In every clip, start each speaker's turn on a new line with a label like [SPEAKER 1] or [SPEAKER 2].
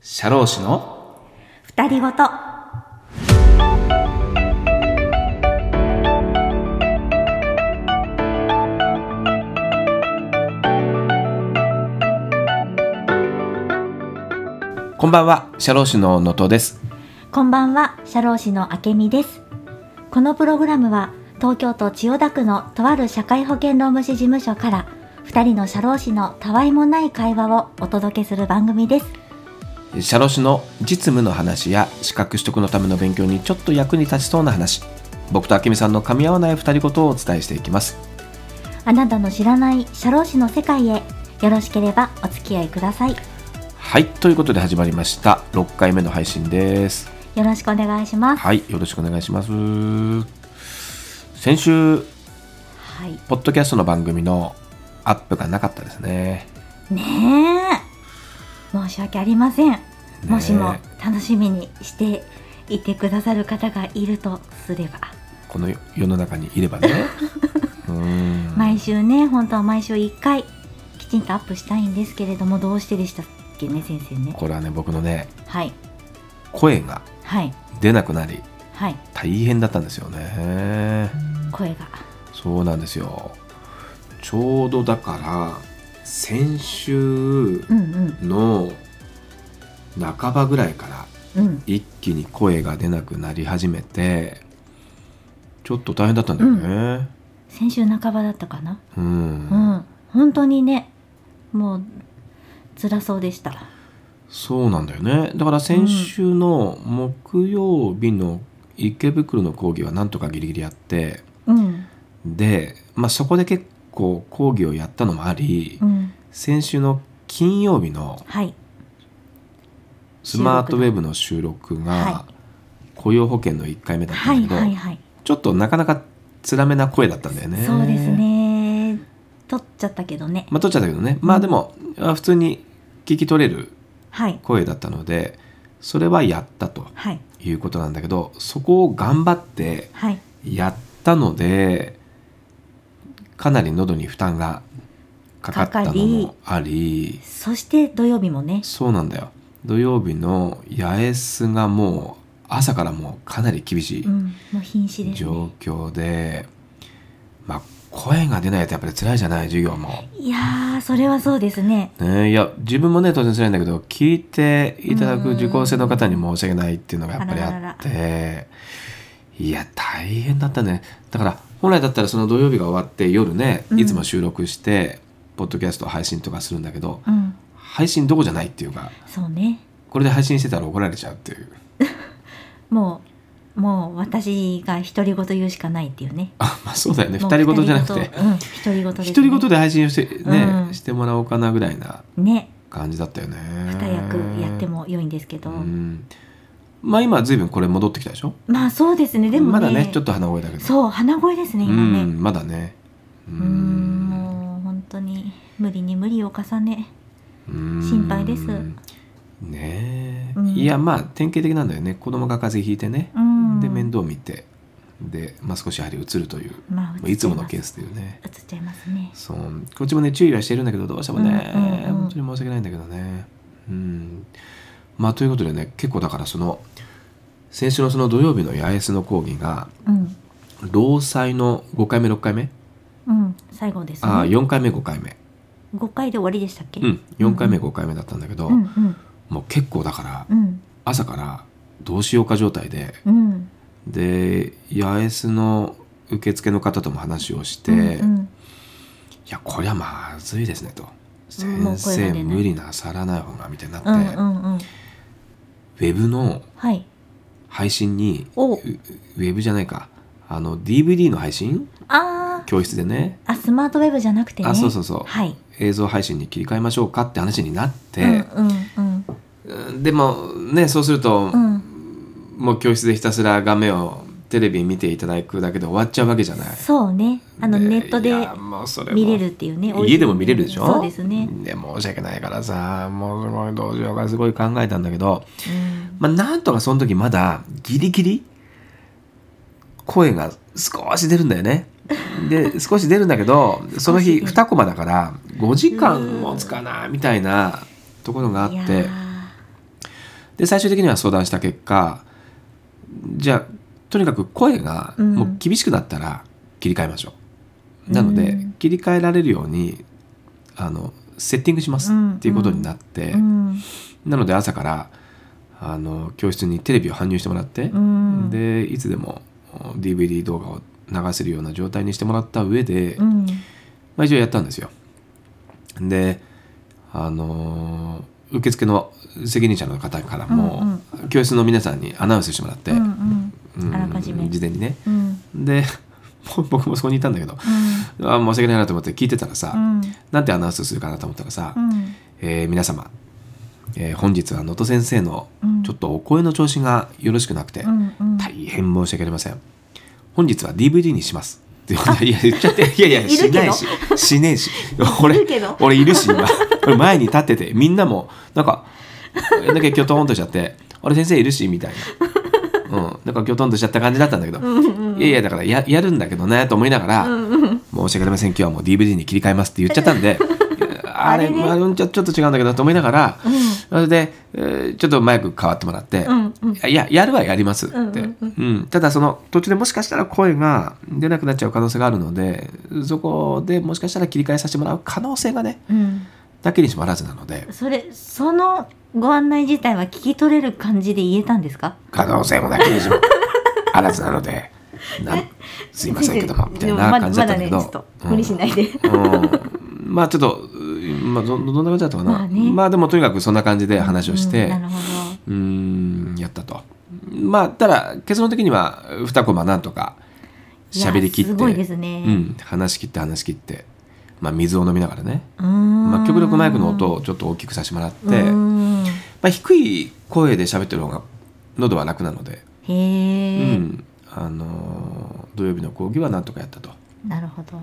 [SPEAKER 1] 社労士の
[SPEAKER 2] 二人ごと。
[SPEAKER 1] こんばんは社労士の能登です
[SPEAKER 2] こんばんは、社労士のあけみです。このプログラムは、東京都千代田区のとある社会保険労務士事務所から、二人の社労士のたわいもない会話をお届けする番組です。
[SPEAKER 1] 社労士の実務の話や資格取得のための勉強にちょっと役に立ちそうな話僕とあけみさんの噛み合わない二人ごとをお伝えしていきます
[SPEAKER 2] あなたの知らない社労士の世界へ、よろしければお付き合いください。
[SPEAKER 1] はいということで始まりました6回目の配信です
[SPEAKER 2] よろしくお願いします。
[SPEAKER 1] はいよろしくお願いします先週
[SPEAKER 2] はい。
[SPEAKER 1] ポッドキャストの番組のアップがなかったですね
[SPEAKER 2] ねえ。申し訳ありません。もしも楽しみにしていてくださる方がいるとすれば。
[SPEAKER 1] この世の中にいればねうーん
[SPEAKER 2] 毎週ね本当は毎週1回きちんとアップしたいんですけれどもどうしてでしたっけね先生ね
[SPEAKER 1] これはね僕のね
[SPEAKER 2] はい
[SPEAKER 1] 声が
[SPEAKER 2] はい
[SPEAKER 1] 出なくなり
[SPEAKER 2] はい
[SPEAKER 1] 大変だったんですよね
[SPEAKER 2] 声が
[SPEAKER 1] そうなんですよちょうどだから先週
[SPEAKER 2] うんうん
[SPEAKER 1] の半ばぐらいから
[SPEAKER 2] うん
[SPEAKER 1] 一気に声が出なくなり始めてちょっと大変だったんだよね
[SPEAKER 2] 先週半ばだったかな
[SPEAKER 1] う、
[SPEAKER 2] うんん本当にねもう辛そうでした
[SPEAKER 1] そうなんだよねだから先週の木曜日の池袋の講義はなんとかギリギリやって
[SPEAKER 2] うん
[SPEAKER 1] で、まあ、そこで結構講義をやったのもあり、
[SPEAKER 2] うん
[SPEAKER 1] 先週の金曜日の
[SPEAKER 2] はい
[SPEAKER 1] スマートウェブの収録が
[SPEAKER 2] は
[SPEAKER 1] 雇用保険の1回目だった
[SPEAKER 2] は
[SPEAKER 1] ん
[SPEAKER 2] い
[SPEAKER 1] だけど、
[SPEAKER 2] はいはい
[SPEAKER 1] ちょっとなかなかつらめな声だったんだよね。
[SPEAKER 2] そうですね取っちゃったけどね
[SPEAKER 1] まあ取っちゃったけどねまあでも、あ普通に聞き取れる
[SPEAKER 2] はい
[SPEAKER 1] 声だったのでそれはやったと
[SPEAKER 2] はい
[SPEAKER 1] いうことなんだけどそこを頑張って
[SPEAKER 2] はい
[SPEAKER 1] やったのでかなり喉に負担がかかったのもあり
[SPEAKER 2] そして土曜日もね
[SPEAKER 1] そうなんだよ土曜日の八重洲がもう朝からもうかなり厳しい
[SPEAKER 2] うんもう瀕死です
[SPEAKER 1] 状
[SPEAKER 2] ね
[SPEAKER 1] 況で、まあ声が出ないとやっぱり辛いじゃない授業も。
[SPEAKER 2] いやーそれはそうですね
[SPEAKER 1] ね、いや自分もね当然辛いんだけど聞いていただく受講生の方に申し訳ないっていうのがやっぱり
[SPEAKER 2] あらら
[SPEAKER 1] あっていや大変だったねだから本来だったらその土曜日が終わって夜ね
[SPEAKER 2] うん
[SPEAKER 1] いつも収録して、ポッドキャスト配信とかするんだけど
[SPEAKER 2] うん
[SPEAKER 1] 配信どこじゃないっていうか
[SPEAKER 2] そうね
[SPEAKER 1] これで配信してたら怒られちゃうっていう
[SPEAKER 2] もうもう私が独り言言うしかないっていうね
[SPEAKER 1] あまあそうだよね
[SPEAKER 2] もう
[SPEAKER 1] 二人ごとじゃなくて
[SPEAKER 2] 独り言うん独り言です、ね、
[SPEAKER 1] 独り言で配信をしてね、
[SPEAKER 2] うん
[SPEAKER 1] してもらおうかなぐらいな
[SPEAKER 2] ね
[SPEAKER 1] 感じだったよね
[SPEAKER 2] 二役やっても良いんですけど、
[SPEAKER 1] うんまあ今は随分これ戻ってきたでしょ
[SPEAKER 2] まあそうですねでもね
[SPEAKER 1] まだねちょっと鼻声だけど
[SPEAKER 2] そう鼻声ですね
[SPEAKER 1] う
[SPEAKER 2] 今ね
[SPEAKER 1] んまだねう
[SPEAKER 2] うーんもう本当に無理に無理を重ね
[SPEAKER 1] うん
[SPEAKER 2] 心配です
[SPEAKER 1] ねえ、
[SPEAKER 2] うん
[SPEAKER 1] いやまあ典型的なんだよね子供が風邪ひいてね
[SPEAKER 2] う、ん
[SPEAKER 1] で面倒見てで、まあ、少しやはりうつるという
[SPEAKER 2] まあ
[SPEAKER 1] いつものケー
[SPEAKER 2] ス
[SPEAKER 1] スというね
[SPEAKER 2] 映っちゃいますね
[SPEAKER 1] そうこっちもね注意はしてるんだけどどうしてもね、
[SPEAKER 2] うんうんうん
[SPEAKER 1] 本当に申し訳ないんだけどねうんまあということでね結構だからその先週のその土曜日の八重洲の講義が
[SPEAKER 2] うん
[SPEAKER 1] 労災の5回目6回目、
[SPEAKER 2] うん最後ですね
[SPEAKER 1] ああ4回目5回目
[SPEAKER 2] 五回で終わりでしたっけ
[SPEAKER 1] うん4回目5回目だったんだけど、
[SPEAKER 2] うんうん
[SPEAKER 1] もう結構だから
[SPEAKER 2] うん
[SPEAKER 1] 朝からどうしようか状態で
[SPEAKER 2] うん
[SPEAKER 1] で八重洲の受付の方とも話をして、
[SPEAKER 2] うんうん
[SPEAKER 1] いやこりゃまずいですねと
[SPEAKER 2] うんも
[SPEAKER 1] 先生
[SPEAKER 2] う声が出ない
[SPEAKER 1] 無理なさらない方がみたいになって、
[SPEAKER 2] うんうんうん
[SPEAKER 1] ウェブの
[SPEAKER 2] はい
[SPEAKER 1] 配信に
[SPEAKER 2] お
[SPEAKER 1] ウウェブじゃないかあの DVD の配信
[SPEAKER 2] あー
[SPEAKER 1] 教室でね
[SPEAKER 2] あスマートウェブじゃなくてね
[SPEAKER 1] あそうそうそう
[SPEAKER 2] はい
[SPEAKER 1] 映像配信に切り替えましょうかって話になっ
[SPEAKER 2] うん
[SPEAKER 1] て、
[SPEAKER 2] うん
[SPEAKER 1] うんでもねそうすると、
[SPEAKER 2] うんうん
[SPEAKER 1] もう教室でひたすら画面をテレビ見ていただくだけで終わっちゃうわけじゃない。
[SPEAKER 2] そうねあの
[SPEAKER 1] で
[SPEAKER 2] ネット
[SPEAKER 1] い
[SPEAKER 2] で
[SPEAKER 1] やもうそれも
[SPEAKER 2] 見れるっていうね
[SPEAKER 1] 家でも見れるでしょ
[SPEAKER 2] そうですね、
[SPEAKER 1] で申し訳ないからさもうもうどうしようかすごい考えたんだけど、
[SPEAKER 2] うん
[SPEAKER 1] まあ、なんとかその時まだギリギリ声が少し出るんだよね。で少し出るんだけどその日
[SPEAKER 2] 少し出る
[SPEAKER 1] 2コマだから5時間持つかなみたいなところがあっ
[SPEAKER 2] いや
[SPEAKER 1] て
[SPEAKER 2] ー
[SPEAKER 1] で最終的には相談した結果じゃあとにかく声が
[SPEAKER 2] うん
[SPEAKER 1] もう厳しくなったら切り替えましょう、なので
[SPEAKER 2] うん
[SPEAKER 1] 切り替えられるようにあのセッティングします
[SPEAKER 2] うん
[SPEAKER 1] っていうことになって、
[SPEAKER 2] うん
[SPEAKER 1] なので朝からあの教室にテレビを搬入してもらって
[SPEAKER 2] う、ん
[SPEAKER 1] でいつでもお DVD 動画を流せるような状態にしてもらった上で、
[SPEAKER 2] うん
[SPEAKER 1] まあ、一応やったんですよ。であのー受付の責任者の方からも、教室の皆さんにアナウンスしてもらって、
[SPEAKER 2] うんうん
[SPEAKER 1] うん
[SPEAKER 2] あらかじめ
[SPEAKER 1] 事前にね。
[SPEAKER 2] うん
[SPEAKER 1] でもう僕もそこにいたんだけどあ申し訳ないなと思って聞いてたらさ、
[SPEAKER 2] うん
[SPEAKER 1] なんてアナウンスするかなと思ったらさ、
[SPEAKER 2] うん
[SPEAKER 1] えー皆様、えー本日は能登先生の
[SPEAKER 2] うん
[SPEAKER 1] ちょっとお声の調子がよろしくなくて、
[SPEAKER 2] うんうん
[SPEAKER 1] 大変申し訳ありません本日は DVD にしますって言われていや言っちゃ っていやいや
[SPEAKER 2] いるけ
[SPEAKER 1] し
[SPEAKER 2] ど
[SPEAKER 1] ないししねえし
[SPEAKER 2] い
[SPEAKER 1] 俺
[SPEAKER 2] るけど
[SPEAKER 1] 俺いるし今俺前に立っててみんなもなんかなんかきょとんとしちゃって「俺先生いるし」みたい な、うん、なんかきょとんとしちゃった感じだったんだけど、
[SPEAKER 2] うんうん
[SPEAKER 1] いやいやだからややるんだけどねと思いながら、
[SPEAKER 2] うんうん
[SPEAKER 1] 申し訳ありません今日はもう DVD に切り替えますって言っちゃったん であれ
[SPEAKER 2] あれね
[SPEAKER 1] まあうんちょちょっと違うんだけどと思いながら、それで、えーちょっとマイク変わってもらって、
[SPEAKER 2] うんうん
[SPEAKER 1] いややるはやりますって、
[SPEAKER 2] うんうんう
[SPEAKER 1] うんただその途中でもしかしたら声が出なくなっちゃう可能性があるのでそこでもしかしたら切り替えさせてもらう可能性がね
[SPEAKER 2] うん
[SPEAKER 1] だけにしもあらずなので
[SPEAKER 2] それそのご案内自体は聞き取れる感じで言えたんですか
[SPEAKER 1] 可能性もだけにし もあらずなのでなんすいませんけどもみたいな感じだったんだけど。
[SPEAKER 2] でもまだまだねちょっと無理し
[SPEAKER 1] うん
[SPEAKER 2] ないで、
[SPEAKER 1] うんまあちょっと、うんまあ、どどんな感じだったかな、
[SPEAKER 2] まあね
[SPEAKER 1] でもとにかくそんな感じで話をし
[SPEAKER 2] うん
[SPEAKER 1] て
[SPEAKER 2] なるほ
[SPEAKER 1] うーんやったとまあただ結論的には2コマなんとか
[SPEAKER 2] どいや
[SPEAKER 1] 喋り切って
[SPEAKER 2] すごいですね、
[SPEAKER 1] うん、話し切って話し切って、まあ、水を飲みながらね、ま
[SPEAKER 2] ま
[SPEAKER 1] あ、極力マイクの音をちょっと大きくさせてもらって、まあ、低い声で喋ってる方が喉は楽なので、う
[SPEAKER 2] へえ、
[SPEAKER 1] んあのー土曜日の講義はなんとかやったと。
[SPEAKER 2] なるほど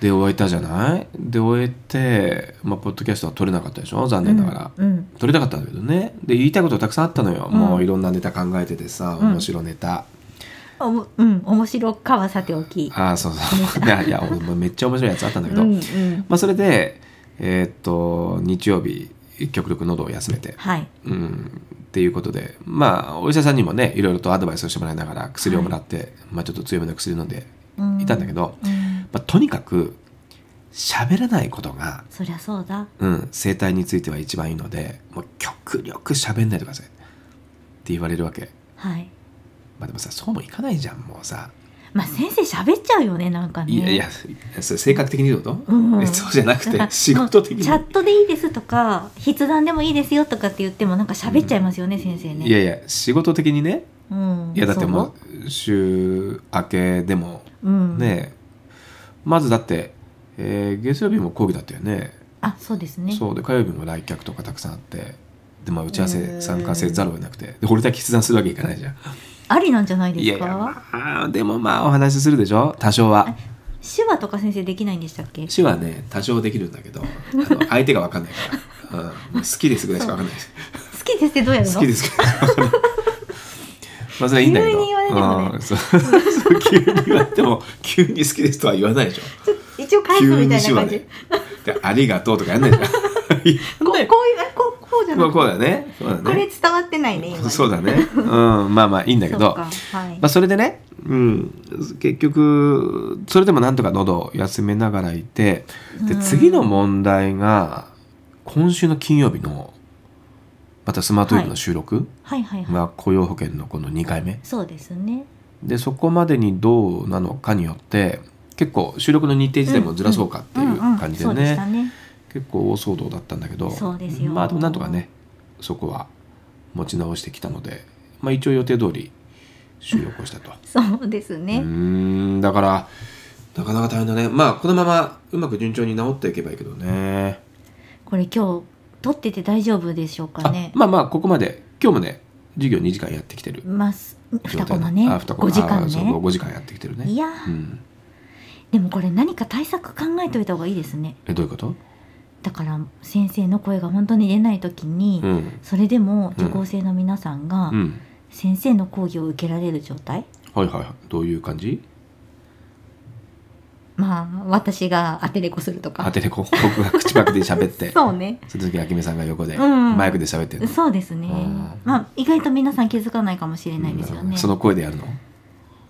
[SPEAKER 1] で終えたじゃないで終えて、まあ、ポッドキャストは撮れなかったでしょ残念ながら、
[SPEAKER 2] うんうん
[SPEAKER 1] 撮れたかったんだけどねで言いたいことたくさんあったのよ、
[SPEAKER 2] うん
[SPEAKER 1] もういろんなネタ考えててさ
[SPEAKER 2] うん
[SPEAKER 1] 面白ネタ、
[SPEAKER 2] おもうん、面白かはさておき
[SPEAKER 1] ああそうそういやいや俺もめっちゃ面白いやつあったんだけど、
[SPEAKER 2] うんうん
[SPEAKER 1] まあ、それで、えーっと日曜日極力喉を休めて、
[SPEAKER 2] はい
[SPEAKER 1] うん、っていうことでまあお医者さんにもねいろいろとアドバイスをしてもらいながら薬をもらって、まあ、ちょっと強めの薬飲んでいたんだけ
[SPEAKER 2] ど、
[SPEAKER 1] ど、
[SPEAKER 2] うん
[SPEAKER 1] まあ、とにかく喋らないことが、
[SPEAKER 2] そりゃそうだ
[SPEAKER 1] うん、生態については一番いいのでもう極力喋んないでくださいって言われるわけ。
[SPEAKER 2] はい
[SPEAKER 1] まあ、でもさそうもいかないじゃんもうさ
[SPEAKER 2] まあ先生喋っちゃうよねなんかね
[SPEAKER 1] いやいやそれ性格的にどうと、
[SPEAKER 2] うんうん
[SPEAKER 1] えそうじゃなく
[SPEAKER 2] な
[SPEAKER 1] て
[SPEAKER 2] んか
[SPEAKER 1] 仕事的に
[SPEAKER 2] チャットでいいですとか筆談でもいいですよとかって言ってもなんか喋っちゃいますよね、先生ね
[SPEAKER 1] いやいや仕事的にね
[SPEAKER 2] うん、
[SPEAKER 1] いやだっても
[SPEAKER 2] そう
[SPEAKER 1] 週明けでも
[SPEAKER 2] う、うん、
[SPEAKER 1] ね、まずだって、えー月曜日も講義だったよね
[SPEAKER 2] あそうですね
[SPEAKER 1] そうで火曜日も来客とかたくさんあってで、まあ、打ち合わ
[SPEAKER 2] うー
[SPEAKER 1] せ
[SPEAKER 2] ん
[SPEAKER 1] 参加せざるを得なくてで俺だけ筆談するわけいかないじゃん
[SPEAKER 2] ありなんじゃないで
[SPEAKER 1] いや
[SPEAKER 2] す
[SPEAKER 1] いや
[SPEAKER 2] か
[SPEAKER 1] まあでもまあお話しするでしょ多少は
[SPEAKER 2] 手話とか先生できないんでしたっけ
[SPEAKER 1] 手話ね多少できるんだけどあの 相手が分かんないから、うん、もう好きですぐらいしか分かんない
[SPEAKER 2] 好きですってどうやるの
[SPEAKER 1] 好きですけど。まあそれはいいんだけど。
[SPEAKER 2] 急に言われてもね
[SPEAKER 1] うんそうそう急に言われても急に好きですとは言わないでしょ。
[SPEAKER 2] ちょっと一応返す
[SPEAKER 1] 急
[SPEAKER 2] みた
[SPEAKER 1] に
[SPEAKER 2] い
[SPEAKER 1] 手
[SPEAKER 2] な
[SPEAKER 1] 話
[SPEAKER 2] 感じ
[SPEAKER 1] で。でありがとうとかやんないじゃん。
[SPEAKER 2] こうこういうあこうこうじゃな
[SPEAKER 1] まあ
[SPEAKER 2] い
[SPEAKER 1] こうだね。そうだ
[SPEAKER 2] これ
[SPEAKER 1] ね。
[SPEAKER 2] 伝わってないね今ね
[SPEAKER 1] そうだね。うんまあまあいいんだけ
[SPEAKER 2] そう
[SPEAKER 1] ど。
[SPEAKER 2] かは
[SPEAKER 1] ま
[SPEAKER 2] い
[SPEAKER 1] あそれでね、うん、結局それでもなんとか喉を休めながらいてで
[SPEAKER 2] うん
[SPEAKER 1] 次の問題が今週の金曜日のまたスマートウェブの収録
[SPEAKER 2] はいはいはい
[SPEAKER 1] が雇用保険のこの2回目
[SPEAKER 2] そうですね
[SPEAKER 1] でそこまでにどうなのかによって結構収録の日程自体もずらそうかっていう感じで
[SPEAKER 2] うんうんそうでした
[SPEAKER 1] ね
[SPEAKER 2] ね
[SPEAKER 1] 結構大騒動だったんだけど
[SPEAKER 2] そうですよ
[SPEAKER 1] まあでもなんとかねそこは持ち直してきたので、まあ、一応予定通り収録をしたと。
[SPEAKER 2] そうです
[SPEAKER 1] うー
[SPEAKER 2] ね
[SPEAKER 1] んだからなかなか大変だねまあこのままうまく順調に治っていけばいいけどね
[SPEAKER 2] これ今日撮ってて大丈夫でしょうか
[SPEAKER 1] あ
[SPEAKER 2] ね
[SPEAKER 1] まあまあここまで今日もね授業2時間やってきてる
[SPEAKER 2] まあす
[SPEAKER 1] 状
[SPEAKER 2] 二コ
[SPEAKER 1] 態
[SPEAKER 2] マね
[SPEAKER 1] あ二コマ
[SPEAKER 2] 5時間
[SPEAKER 1] あそう
[SPEAKER 2] ね
[SPEAKER 1] 5時間やってきてるね
[SPEAKER 2] いや
[SPEAKER 1] う
[SPEAKER 2] ー
[SPEAKER 1] ん、
[SPEAKER 2] でもこれ何か対策考えておいた方がいいですね
[SPEAKER 1] えどういうこと、
[SPEAKER 2] だから先生の声が本当に出ない時に、
[SPEAKER 1] うん
[SPEAKER 2] それでも受講生の皆さんが
[SPEAKER 1] うん、
[SPEAKER 2] 先生の講義を受けられる状態、
[SPEAKER 1] はいはいはいどういう感じ
[SPEAKER 2] まあ私がアテレコすると
[SPEAKER 1] 当
[SPEAKER 2] か
[SPEAKER 1] ててこう僕が口パクで喋って
[SPEAKER 2] そうね
[SPEAKER 1] その時明美さんが横で
[SPEAKER 2] うん
[SPEAKER 1] マイクで喋ってるの、
[SPEAKER 2] そうですね
[SPEAKER 1] うん
[SPEAKER 2] まあ意外と皆さん気づかないかもしれないですよね
[SPEAKER 1] その声でやるの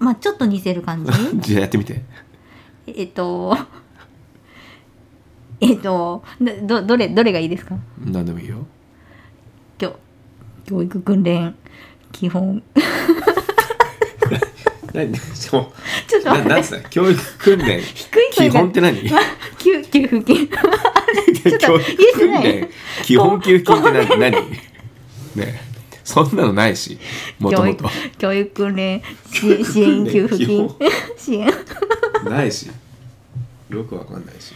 [SPEAKER 2] まあちょっと似せ る感じ
[SPEAKER 1] じゃあやってみて
[SPEAKER 2] えっと えっとどどどれどれがいいですか
[SPEAKER 1] 何でもいい よ
[SPEAKER 2] 教教育訓練基本
[SPEAKER 1] 何そう
[SPEAKER 2] ちょっと
[SPEAKER 1] な
[SPEAKER 2] 待
[SPEAKER 1] なん
[SPEAKER 2] って
[SPEAKER 1] つった教育訓 練
[SPEAKER 2] 低い声
[SPEAKER 1] 基
[SPEAKER 2] が
[SPEAKER 1] 本って何
[SPEAKER 2] まあ給給付 金ちょっと
[SPEAKER 1] 教
[SPEAKER 2] 言
[SPEAKER 1] 育
[SPEAKER 2] えてな
[SPEAKER 1] 訓
[SPEAKER 2] い
[SPEAKER 1] 練基本給付金って何何ねえそんなのないしもと
[SPEAKER 2] 教
[SPEAKER 1] も
[SPEAKER 2] 育
[SPEAKER 1] と
[SPEAKER 2] 教育訓練 支支援給付金 支援
[SPEAKER 1] ないしよくわかんないし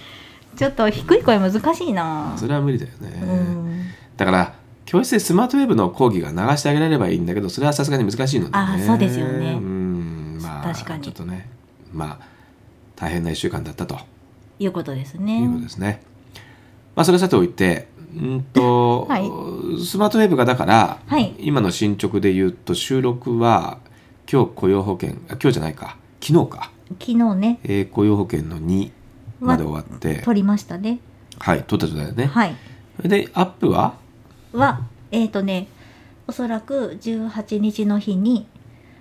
[SPEAKER 2] ちょっと低い声難しいな
[SPEAKER 1] それは無理だよね、
[SPEAKER 2] うん
[SPEAKER 1] だから教室でスマートウェブの講義が流してあげられればいいんだけどそれはさすがに難しいので、ね、
[SPEAKER 2] あーそうですよね
[SPEAKER 1] うんまあ
[SPEAKER 2] 確かに
[SPEAKER 1] ちょっとねまあ大変な1週間だったと
[SPEAKER 2] いうことです
[SPEAKER 1] い
[SPEAKER 2] ね
[SPEAKER 1] うことですね、まあそれはさておいてうんと、
[SPEAKER 2] はい
[SPEAKER 1] スマートウェブがだから、
[SPEAKER 2] はい
[SPEAKER 1] 今の進捗で言うと収録は今日雇用保険あ今日じゃないか昨日か、
[SPEAKER 2] 昨日ね
[SPEAKER 1] えー雇用保険の2まで終わって
[SPEAKER 2] 撮りましたね
[SPEAKER 1] はい取った状態だよね、
[SPEAKER 2] はい
[SPEAKER 1] でアップは
[SPEAKER 2] はえっ、とねおそらく18日の日に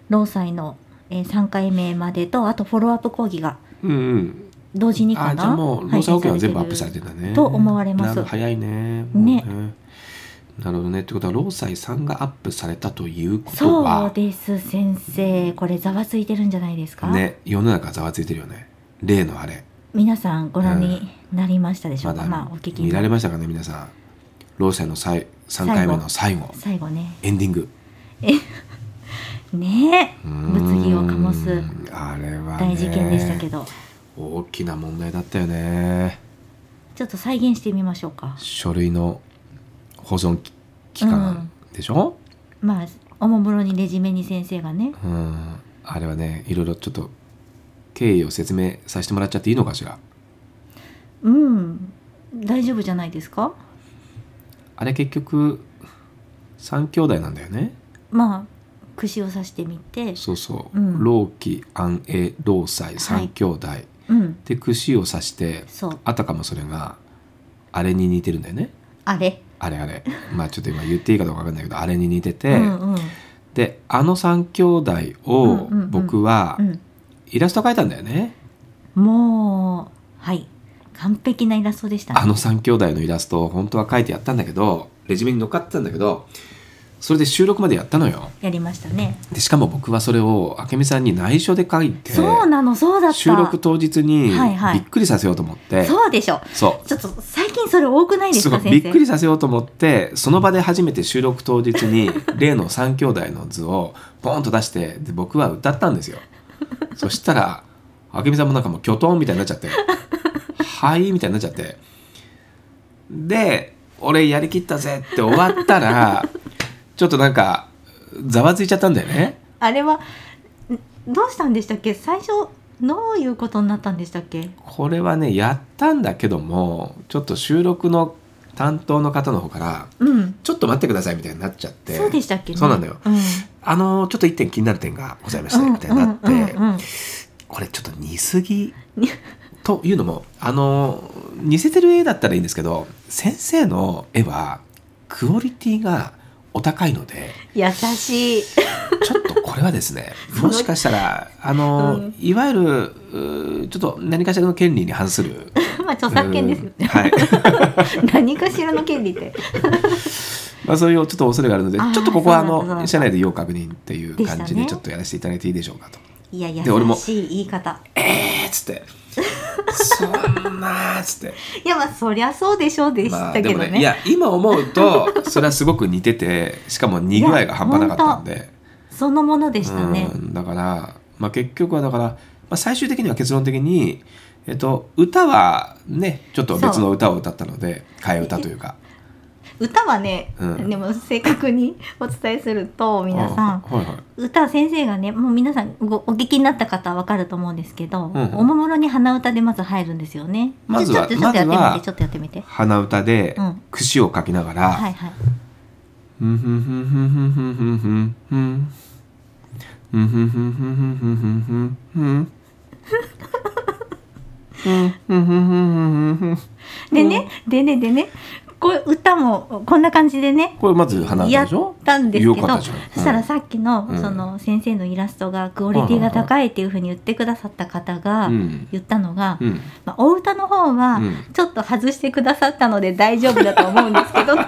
[SPEAKER 2] 労災の、えー、3回目までとあとフォローアップ講義が
[SPEAKER 1] うんうん
[SPEAKER 2] 同時にか
[SPEAKER 1] あ
[SPEAKER 2] な
[SPEAKER 1] じゃあもう労災保険は全部アップされ
[SPEAKER 2] て
[SPEAKER 1] てんだね。
[SPEAKER 2] と思われます
[SPEAKER 1] なんか早いね。もう
[SPEAKER 2] ね
[SPEAKER 1] なるほどね。ってことは労災さんがアップされたというこ
[SPEAKER 2] る
[SPEAKER 1] と
[SPEAKER 2] そう
[SPEAKER 1] は
[SPEAKER 2] です先生これざわついてるんじゃないですか、
[SPEAKER 1] ね世の中ざわついてるよね。例のあれ
[SPEAKER 2] 皆さんご覧になりましたでしょ
[SPEAKER 1] ま
[SPEAKER 2] うか、
[SPEAKER 1] だ
[SPEAKER 2] まあお聞き
[SPEAKER 1] 見られ
[SPEAKER 2] の
[SPEAKER 1] ましたかね皆さん。労災の最三回目の最後
[SPEAKER 2] 最後ね
[SPEAKER 1] エンディング。
[SPEAKER 2] ねえ
[SPEAKER 1] うーん
[SPEAKER 2] 物議を醸す
[SPEAKER 1] あれはね
[SPEAKER 2] 大事件でしたけ。ど
[SPEAKER 1] 大きな問題だったよね。
[SPEAKER 2] ちょっと再現してみましょうか
[SPEAKER 1] 書類の保存き期間でしょ。
[SPEAKER 2] まあおもむろにレジメに先生がね
[SPEAKER 1] うん、あれはねいろいろちょっと経緯を説明させてもらっちゃっていいのかしら
[SPEAKER 2] うん大丈夫じゃないですか
[SPEAKER 1] あれ結局3兄弟なんだよね
[SPEAKER 2] まあ串を刺してみて
[SPEAKER 1] そうそう、
[SPEAKER 2] うん
[SPEAKER 1] 老鬼安永老妻
[SPEAKER 2] はい
[SPEAKER 1] 3兄弟、
[SPEAKER 2] うん
[SPEAKER 1] で串を刺して
[SPEAKER 2] そう
[SPEAKER 1] あたかもそれがあれに似てるんだよね
[SPEAKER 2] あれ、
[SPEAKER 1] あれあれまあちょっと今言っていいかどうかわかんないけどあれに似てて、
[SPEAKER 2] うんうん
[SPEAKER 1] であの3兄弟を
[SPEAKER 2] うんうんうん
[SPEAKER 1] 僕は
[SPEAKER 2] うん
[SPEAKER 1] イラスト描いたんだよね、
[SPEAKER 2] もうはい完璧なイラストでしたね
[SPEAKER 1] あの3兄弟のイラストを本当は描いてやったんだけどレジュメに乗っかってたんだけどそれで収録までやったのよ
[SPEAKER 2] やりましたね
[SPEAKER 1] でしかも僕はそれを明美さんに内緒で書いて
[SPEAKER 2] そうなのそうだった
[SPEAKER 1] 収録当日に
[SPEAKER 2] はいはい
[SPEAKER 1] びっくりさせようと思って、
[SPEAKER 2] そうでしょ
[SPEAKER 1] そ
[SPEAKER 2] ちょっと最近それ多くないうですす
[SPEAKER 1] ご
[SPEAKER 2] か
[SPEAKER 1] いび
[SPEAKER 2] 先
[SPEAKER 1] っく
[SPEAKER 2] 生
[SPEAKER 1] りさせようと思ってその場で初めて収録当日 に例の3兄弟の図をポンと出してで僕は歌ったんですよそしたら明美さんもなんかもうキョトンみたいになっちゃって「はい」みたいになっちゃってで俺やりきったぜって終わったらちょっとなんかざわついちゃったんだよね
[SPEAKER 2] あれはんどうしたんでしたっけ最初どういうことになったんでしたっけ
[SPEAKER 1] これはねやったんだけどもちょっと収録の担当の方の方から
[SPEAKER 2] うん
[SPEAKER 1] 「ちょっと待ってください」みたいになっちゃって
[SPEAKER 2] そうでしたっけね
[SPEAKER 1] そうなんだよ
[SPEAKER 2] うん
[SPEAKER 1] あのちょっと一点気になる点がございまし
[SPEAKER 2] う
[SPEAKER 1] た
[SPEAKER 2] ん
[SPEAKER 1] みたいになって、
[SPEAKER 2] うんうんうん
[SPEAKER 1] これちょっと似すぎというのもあの似せてる絵だったらいいんですけど先生の絵はクオリティがお高いので
[SPEAKER 2] 優しい
[SPEAKER 1] ちょっとこれはですね
[SPEAKER 2] その
[SPEAKER 1] もしかしたらあの、
[SPEAKER 2] うん
[SPEAKER 1] いわゆるうーちょっと何かしらの権利に反する
[SPEAKER 2] まあ著作権ですよ
[SPEAKER 1] うん
[SPEAKER 2] ね
[SPEAKER 1] はい
[SPEAKER 2] 何かしらの権利って
[SPEAKER 1] まあ、そういうちょっと恐れがあるので
[SPEAKER 2] あー
[SPEAKER 1] ちょっとここはあ
[SPEAKER 2] そうなん
[SPEAKER 1] の
[SPEAKER 2] だ
[SPEAKER 1] 社内で要確認っていう感じ
[SPEAKER 2] でしたね
[SPEAKER 1] でちょっとやらせていただいていいでしょうかと。
[SPEAKER 2] いや優
[SPEAKER 1] で俺も
[SPEAKER 2] しい言い方
[SPEAKER 1] えーっつって「そんな」っつって
[SPEAKER 2] いやまあそりゃそうでしょうでしたけどね,、
[SPEAKER 1] いや今思うとそれはすごく似ててしかも似具合が半端なかったんで
[SPEAKER 2] そのものでしたね、
[SPEAKER 1] うん、だから、まあ、結局はだから、まあ、最終的には結論的に、えっと、歌はねちょっと別の歌を歌ったので替え歌というか。
[SPEAKER 2] 歌はね、
[SPEAKER 1] うん
[SPEAKER 2] でも正確にお伝えすると皆さん
[SPEAKER 1] うはいはい
[SPEAKER 2] 歌先生がねもう皆さんごお聞きになった方はわかると思うんですけど、
[SPEAKER 1] んうん
[SPEAKER 2] おもむろに鼻歌でまず入るんですよね
[SPEAKER 1] まずは
[SPEAKER 2] ちょちょちょっ
[SPEAKER 1] まず
[SPEAKER 2] とやってみ
[SPEAKER 1] は
[SPEAKER 2] てちょっとやってみて
[SPEAKER 1] 鼻歌で
[SPEAKER 2] うん
[SPEAKER 1] 串をかきながら、
[SPEAKER 2] はいはい
[SPEAKER 1] ふんふんふんふんふんふんふんふんふんふんふんふんふんふんふんふんふんふん
[SPEAKER 2] でね、でねでねこう歌もこんな感じでね
[SPEAKER 1] これまず花
[SPEAKER 2] や
[SPEAKER 1] で
[SPEAKER 2] っ
[SPEAKER 1] しょ
[SPEAKER 2] たんですけ
[SPEAKER 1] よ
[SPEAKER 2] ど
[SPEAKER 1] かったじ
[SPEAKER 2] そ
[SPEAKER 1] ゃんうん
[SPEAKER 2] したらさっきの,、
[SPEAKER 1] うん
[SPEAKER 2] その先生のイラストがクオリティが高いっていうふうに言ってくださった方が
[SPEAKER 1] うん
[SPEAKER 2] 言ったのが、
[SPEAKER 1] うん
[SPEAKER 2] まあ、お歌の方は
[SPEAKER 1] うん
[SPEAKER 2] ちょっと外してくださったので大丈夫だと思うんです けど。で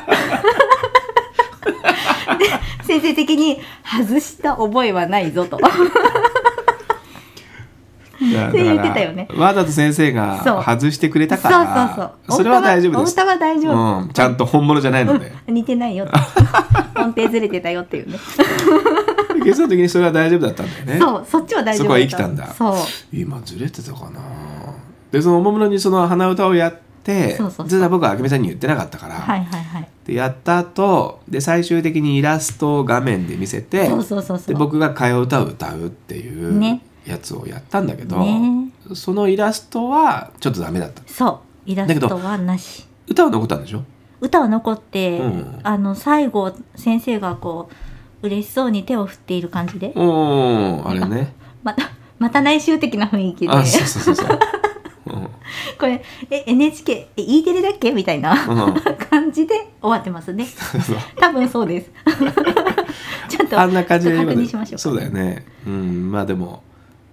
[SPEAKER 2] 先生的に外した覚えはないぞと
[SPEAKER 1] いや
[SPEAKER 2] って言って
[SPEAKER 1] だから
[SPEAKER 2] たよね
[SPEAKER 1] わざと先生が
[SPEAKER 2] そう
[SPEAKER 1] 外してくれたから
[SPEAKER 2] そうそうそう
[SPEAKER 1] れは大丈夫です
[SPEAKER 2] お歌は大丈夫
[SPEAKER 1] うん、ちゃんと本物じゃないの で
[SPEAKER 2] 似てないよ と音程ずれてたよっていうね
[SPEAKER 1] ゲストの時にそれは大丈夫だったんだよね
[SPEAKER 2] そうそっちは大丈夫
[SPEAKER 1] そこは生きたんだ
[SPEAKER 2] そう
[SPEAKER 1] 今ずれてたかなでそのおもむろにその鼻歌をやって
[SPEAKER 2] そうそうそう
[SPEAKER 1] 実は僕はあけみさんに言ってなかったから、
[SPEAKER 2] はいはいはい
[SPEAKER 1] でやった後で最終的にイラストを画面で見せて
[SPEAKER 2] そうそうそうそう
[SPEAKER 1] で僕が替え歌を歌うっていう
[SPEAKER 2] ね
[SPEAKER 1] やつをやったんだけど、
[SPEAKER 2] ね
[SPEAKER 1] そのイラストはちょっとダメだった
[SPEAKER 2] そうイラストはなし
[SPEAKER 1] 歌は残ったんでしょ
[SPEAKER 2] 歌は残って、
[SPEAKER 1] うん
[SPEAKER 2] あの最後先生がこう嬉しそうに手を振っている感じで
[SPEAKER 1] うんあれね
[SPEAKER 2] またまた来週的な雰囲気で
[SPEAKER 1] あそうそうそうそう、うん
[SPEAKER 2] これえ NHK え E テレだっけみたいな
[SPEAKER 1] うん
[SPEAKER 2] 感じで終わってますね
[SPEAKER 1] そう
[SPEAKER 2] 多分そう ですちょっと
[SPEAKER 1] あんな感じで
[SPEAKER 2] ちょっと
[SPEAKER 1] 今
[SPEAKER 2] 確認
[SPEAKER 1] ね
[SPEAKER 2] しましょう
[SPEAKER 1] そうだよねうんまあでも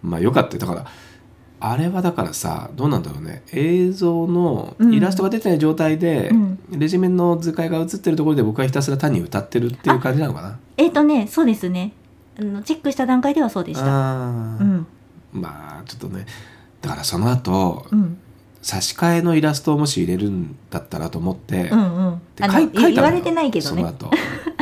[SPEAKER 1] まあよかったよだからあれはだからさどうなんだろうね映像の
[SPEAKER 2] うん
[SPEAKER 1] イラストが出てない状態で、
[SPEAKER 2] うん
[SPEAKER 1] レジメンの図解が映ってるところで僕はひたすら単に歌ってるっていう感じなのかな
[SPEAKER 2] えっ、とねそうですねあのチェックした段階ではそうでした
[SPEAKER 1] あ
[SPEAKER 2] う
[SPEAKER 1] ー
[SPEAKER 2] ん
[SPEAKER 1] まあちょっとねだからその後
[SPEAKER 2] うん
[SPEAKER 1] 差し替えのイラストをもし入れるんだったらと思って、
[SPEAKER 2] う
[SPEAKER 1] で
[SPEAKER 2] んうん
[SPEAKER 1] 書
[SPEAKER 2] あ
[SPEAKER 1] い
[SPEAKER 2] の
[SPEAKER 1] 書いたのよ
[SPEAKER 2] 言われてないけど
[SPEAKER 1] その
[SPEAKER 2] ね
[SPEAKER 1] 後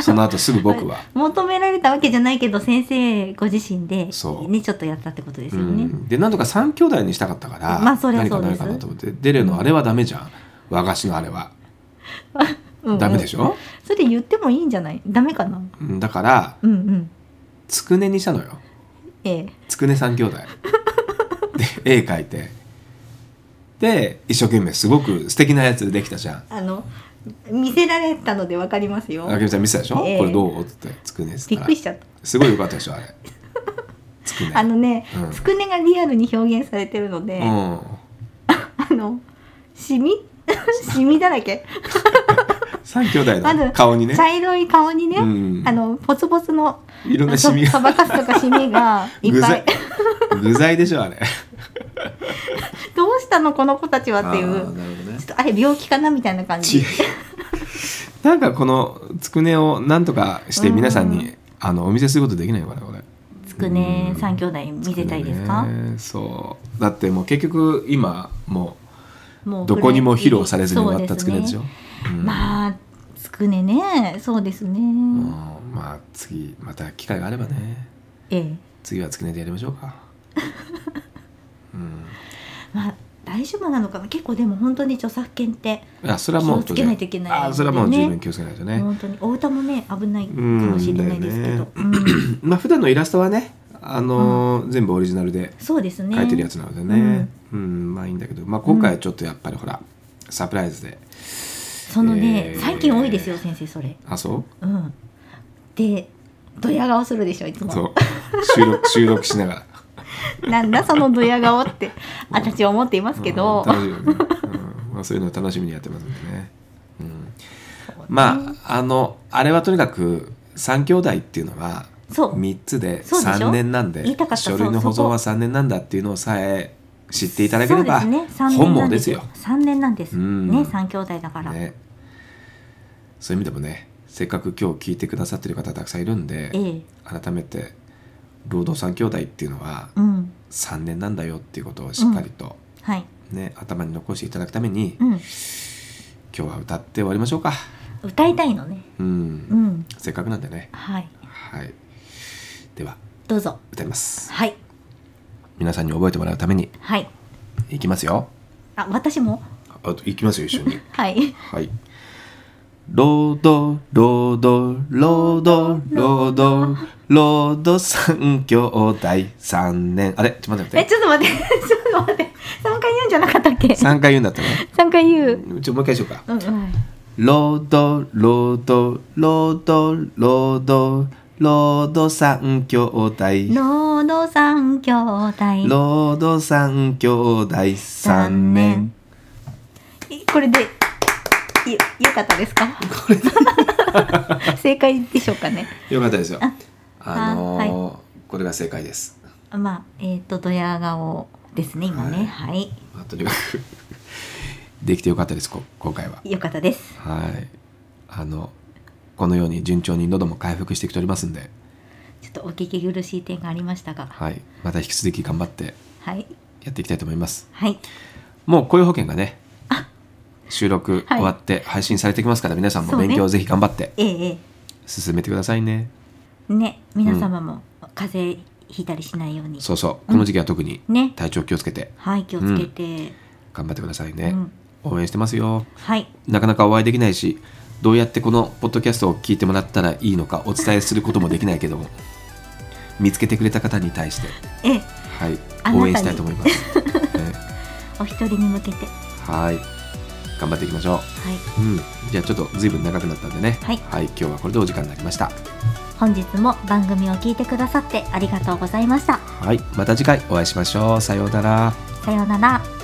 [SPEAKER 1] その後すぐ 僕は
[SPEAKER 2] 求められたわけじゃないけど先生ご自身で
[SPEAKER 1] そう
[SPEAKER 2] ねちょっとやったってことです
[SPEAKER 1] う
[SPEAKER 2] よね、
[SPEAKER 1] ん、でなんとか3兄弟にしたかったから、
[SPEAKER 2] まあそりゃ
[SPEAKER 1] 何
[SPEAKER 2] そ
[SPEAKER 1] か
[SPEAKER 2] う
[SPEAKER 1] な
[SPEAKER 2] で
[SPEAKER 1] い
[SPEAKER 2] す
[SPEAKER 1] かなと思ってデレのあれはダメじゃん和菓子のあれは、
[SPEAKER 2] うんうん
[SPEAKER 1] ダメでしょ、
[SPEAKER 2] それ言ってもいいんじゃないダメかな
[SPEAKER 1] うんだから
[SPEAKER 2] うんうん
[SPEAKER 1] つくねにしたのよ
[SPEAKER 2] ええ
[SPEAKER 1] つくね3兄弟で絵描いてで一生懸命すごく素敵なやつできたじゃん
[SPEAKER 2] あの見せられたのでわかりますよ
[SPEAKER 1] あけみちゃん見てたでしょ、
[SPEAKER 2] ええ
[SPEAKER 1] これどうっつってつくねっつ
[SPEAKER 2] び
[SPEAKER 1] っ
[SPEAKER 2] っ
[SPEAKER 1] ら
[SPEAKER 2] たくりしちゃった
[SPEAKER 1] すごい良かったでしょあれつくね
[SPEAKER 2] あのね、
[SPEAKER 1] うん
[SPEAKER 2] つくねがリアルに表現されてるので、
[SPEAKER 1] う
[SPEAKER 2] あのシミ シミだらけ、
[SPEAKER 1] ん、三兄弟
[SPEAKER 2] まず
[SPEAKER 1] の顔にね、
[SPEAKER 2] 茶色い顔にね、
[SPEAKER 1] うん
[SPEAKER 2] あのポツポツの
[SPEAKER 1] いろんなシミ
[SPEAKER 2] そそ
[SPEAKER 1] が
[SPEAKER 2] ばかすとかシミ がい
[SPEAKER 1] 具
[SPEAKER 2] っぱ
[SPEAKER 1] 材
[SPEAKER 2] い
[SPEAKER 1] 具材でし ょあれ
[SPEAKER 2] どうしたのこの子たちはってい
[SPEAKER 1] あ
[SPEAKER 2] う
[SPEAKER 1] ーなるほどね
[SPEAKER 2] ちょっとあれ病気かなみたいな感じ
[SPEAKER 1] 違うなんかこのつくねをなんとかして皆さん
[SPEAKER 2] う
[SPEAKER 1] にあのお見せすることできないのかなこれ
[SPEAKER 2] つくね
[SPEAKER 1] うん
[SPEAKER 2] 三兄弟見せたいですか、
[SPEAKER 1] つくねそうだってもう結局今も
[SPEAKER 2] も
[SPEAKER 1] う
[SPEAKER 2] う
[SPEAKER 1] どこにも披露されずに終わったつくねでしょ
[SPEAKER 2] そう
[SPEAKER 1] う
[SPEAKER 2] すね
[SPEAKER 1] ん
[SPEAKER 2] まあつくねねそうですね、
[SPEAKER 1] うんまあ次また機会があればね
[SPEAKER 2] ええ
[SPEAKER 1] 次はつくねでやりましょう かうん
[SPEAKER 2] まあ大丈夫なのかな結構でも本当に著作権って
[SPEAKER 1] いやそれはもう
[SPEAKER 2] 気をつけないといけないよね
[SPEAKER 1] あそれはもう十分気をつけないとね
[SPEAKER 2] 本当にお歌もね危ないかもしれないですけど、
[SPEAKER 1] うん
[SPEAKER 2] うん
[SPEAKER 1] まあ普段のイラストはねあのー全部オリジナルで
[SPEAKER 2] そうですね
[SPEAKER 1] 描いてるやつなのでね、うんまあいいんだけど、まあ、今回ちょっとやっぱりほら、サプライズで
[SPEAKER 2] そのね、
[SPEAKER 1] えー
[SPEAKER 2] 最近多いですよ先生それ
[SPEAKER 1] あそ
[SPEAKER 2] うんでドヤ顔するでしょいつ
[SPEAKER 1] う
[SPEAKER 2] も
[SPEAKER 1] そう収録収録しながら
[SPEAKER 2] なんだそのドヤ顔って私は思っています けど、
[SPEAKER 1] うん楽しいよね、うんまあ、そういうの楽しみにやってますんでね、うん、まああのあれはとにかく3兄弟っていうのは
[SPEAKER 2] そう
[SPEAKER 1] 3つで
[SPEAKER 2] そうでしょ
[SPEAKER 1] 3年なんで
[SPEAKER 2] 言いたかった
[SPEAKER 1] 書類の
[SPEAKER 2] そ
[SPEAKER 1] 保
[SPEAKER 2] うそ
[SPEAKER 1] 存
[SPEAKER 2] こ
[SPEAKER 1] は3年なんだっていうのさえ知っていただければ、
[SPEAKER 2] そうですね三
[SPEAKER 1] 本
[SPEAKER 2] 年な
[SPEAKER 1] 望
[SPEAKER 2] ん
[SPEAKER 1] ですよ。
[SPEAKER 2] 三年なんです、
[SPEAKER 1] うん
[SPEAKER 2] ね三兄弟だから、
[SPEAKER 1] ね、そういう意味でもねせっかく今日聞いてくださってる方たくさんいるんで、
[SPEAKER 2] ええ
[SPEAKER 1] 改めて労働三兄弟っていうのは
[SPEAKER 2] うん
[SPEAKER 1] 3年なんだよっていうことをしっかりと、
[SPEAKER 2] はい、
[SPEAKER 1] ね頭に残していただくために、
[SPEAKER 2] う
[SPEAKER 1] 今
[SPEAKER 2] ん、
[SPEAKER 1] 日は歌って終わりましょうか、
[SPEAKER 2] 歌いたいのね
[SPEAKER 1] うん
[SPEAKER 2] うん
[SPEAKER 1] せっかくなんでね
[SPEAKER 2] はい
[SPEAKER 1] はいでは
[SPEAKER 2] どうぞ
[SPEAKER 1] 歌います
[SPEAKER 2] はい
[SPEAKER 1] 皆さんに覚えてもらうために
[SPEAKER 2] はい
[SPEAKER 1] いきますよ
[SPEAKER 2] あ私も
[SPEAKER 1] あといきますよ一緒に
[SPEAKER 2] はい
[SPEAKER 1] はい労働労働労働労働労働三兄弟三年あれちょっと待って
[SPEAKER 2] え
[SPEAKER 1] 待って
[SPEAKER 2] ちょっと待って ちょっと待って三回言うんじゃなかったっけ
[SPEAKER 1] 3回言うんだったね
[SPEAKER 2] 三回言う
[SPEAKER 1] ちょもう一回しようか
[SPEAKER 2] うんうん
[SPEAKER 1] 労働労働労働労働労働三兄弟
[SPEAKER 2] 労働ド三兄弟
[SPEAKER 1] ロード三兄弟三年。
[SPEAKER 2] いこれでい良かったですか 正解でしょうかね
[SPEAKER 1] よかったですよ。
[SPEAKER 2] あ
[SPEAKER 1] あの
[SPEAKER 2] あ
[SPEAKER 1] ーこれが正解です。
[SPEAKER 2] まあえっ、とドヤ顔ですね今ねはい
[SPEAKER 1] まあ、とにかくできてよかったですこ今回は。
[SPEAKER 2] 良、かったです
[SPEAKER 1] はい。あのこのように順調に喉も回復してきておりますんで、
[SPEAKER 2] ちょっとお聞き苦しい点がありましたが
[SPEAKER 1] はい。また引き続き頑張って
[SPEAKER 2] はい
[SPEAKER 1] やっていきたいと思います。
[SPEAKER 2] はい
[SPEAKER 1] もう雇用保険がね、収録終わって配信されてきますから、皆さん
[SPEAKER 2] そ
[SPEAKER 1] も
[SPEAKER 2] うね
[SPEAKER 1] 勉強をぜひ頑張って
[SPEAKER 2] えええ
[SPEAKER 1] 進めてくださいね。
[SPEAKER 2] えね皆様も風邪ひいたりしないように、
[SPEAKER 1] そうそう。この時期は特に
[SPEAKER 2] ね
[SPEAKER 1] 体調気をつけて
[SPEAKER 2] はい気をつけて、
[SPEAKER 1] 頑張ってくださいうね。
[SPEAKER 2] ん、
[SPEAKER 1] 応援してますよ。
[SPEAKER 2] はい
[SPEAKER 1] なかなかお会いできないし、どうやってこのポッドキャストを聞いてもらったらいいのかお伝えすることもできないけども、 見つけてくれた方に対して、
[SPEAKER 2] ええ
[SPEAKER 1] はい
[SPEAKER 2] あなた、に
[SPEAKER 1] 応援したいと思います。ね
[SPEAKER 2] お一人に向けて
[SPEAKER 1] はい。頑張っていきましょ。
[SPEAKER 2] はいう
[SPEAKER 1] うん。じゃあちょっと随分長くなったんでね。
[SPEAKER 2] はい
[SPEAKER 1] 今日はこれでお時間になりました。
[SPEAKER 2] 本日も番組を聞いてくださってありがとうございました
[SPEAKER 1] はい。また次回お会いしましょう。さようなら。
[SPEAKER 2] さようなら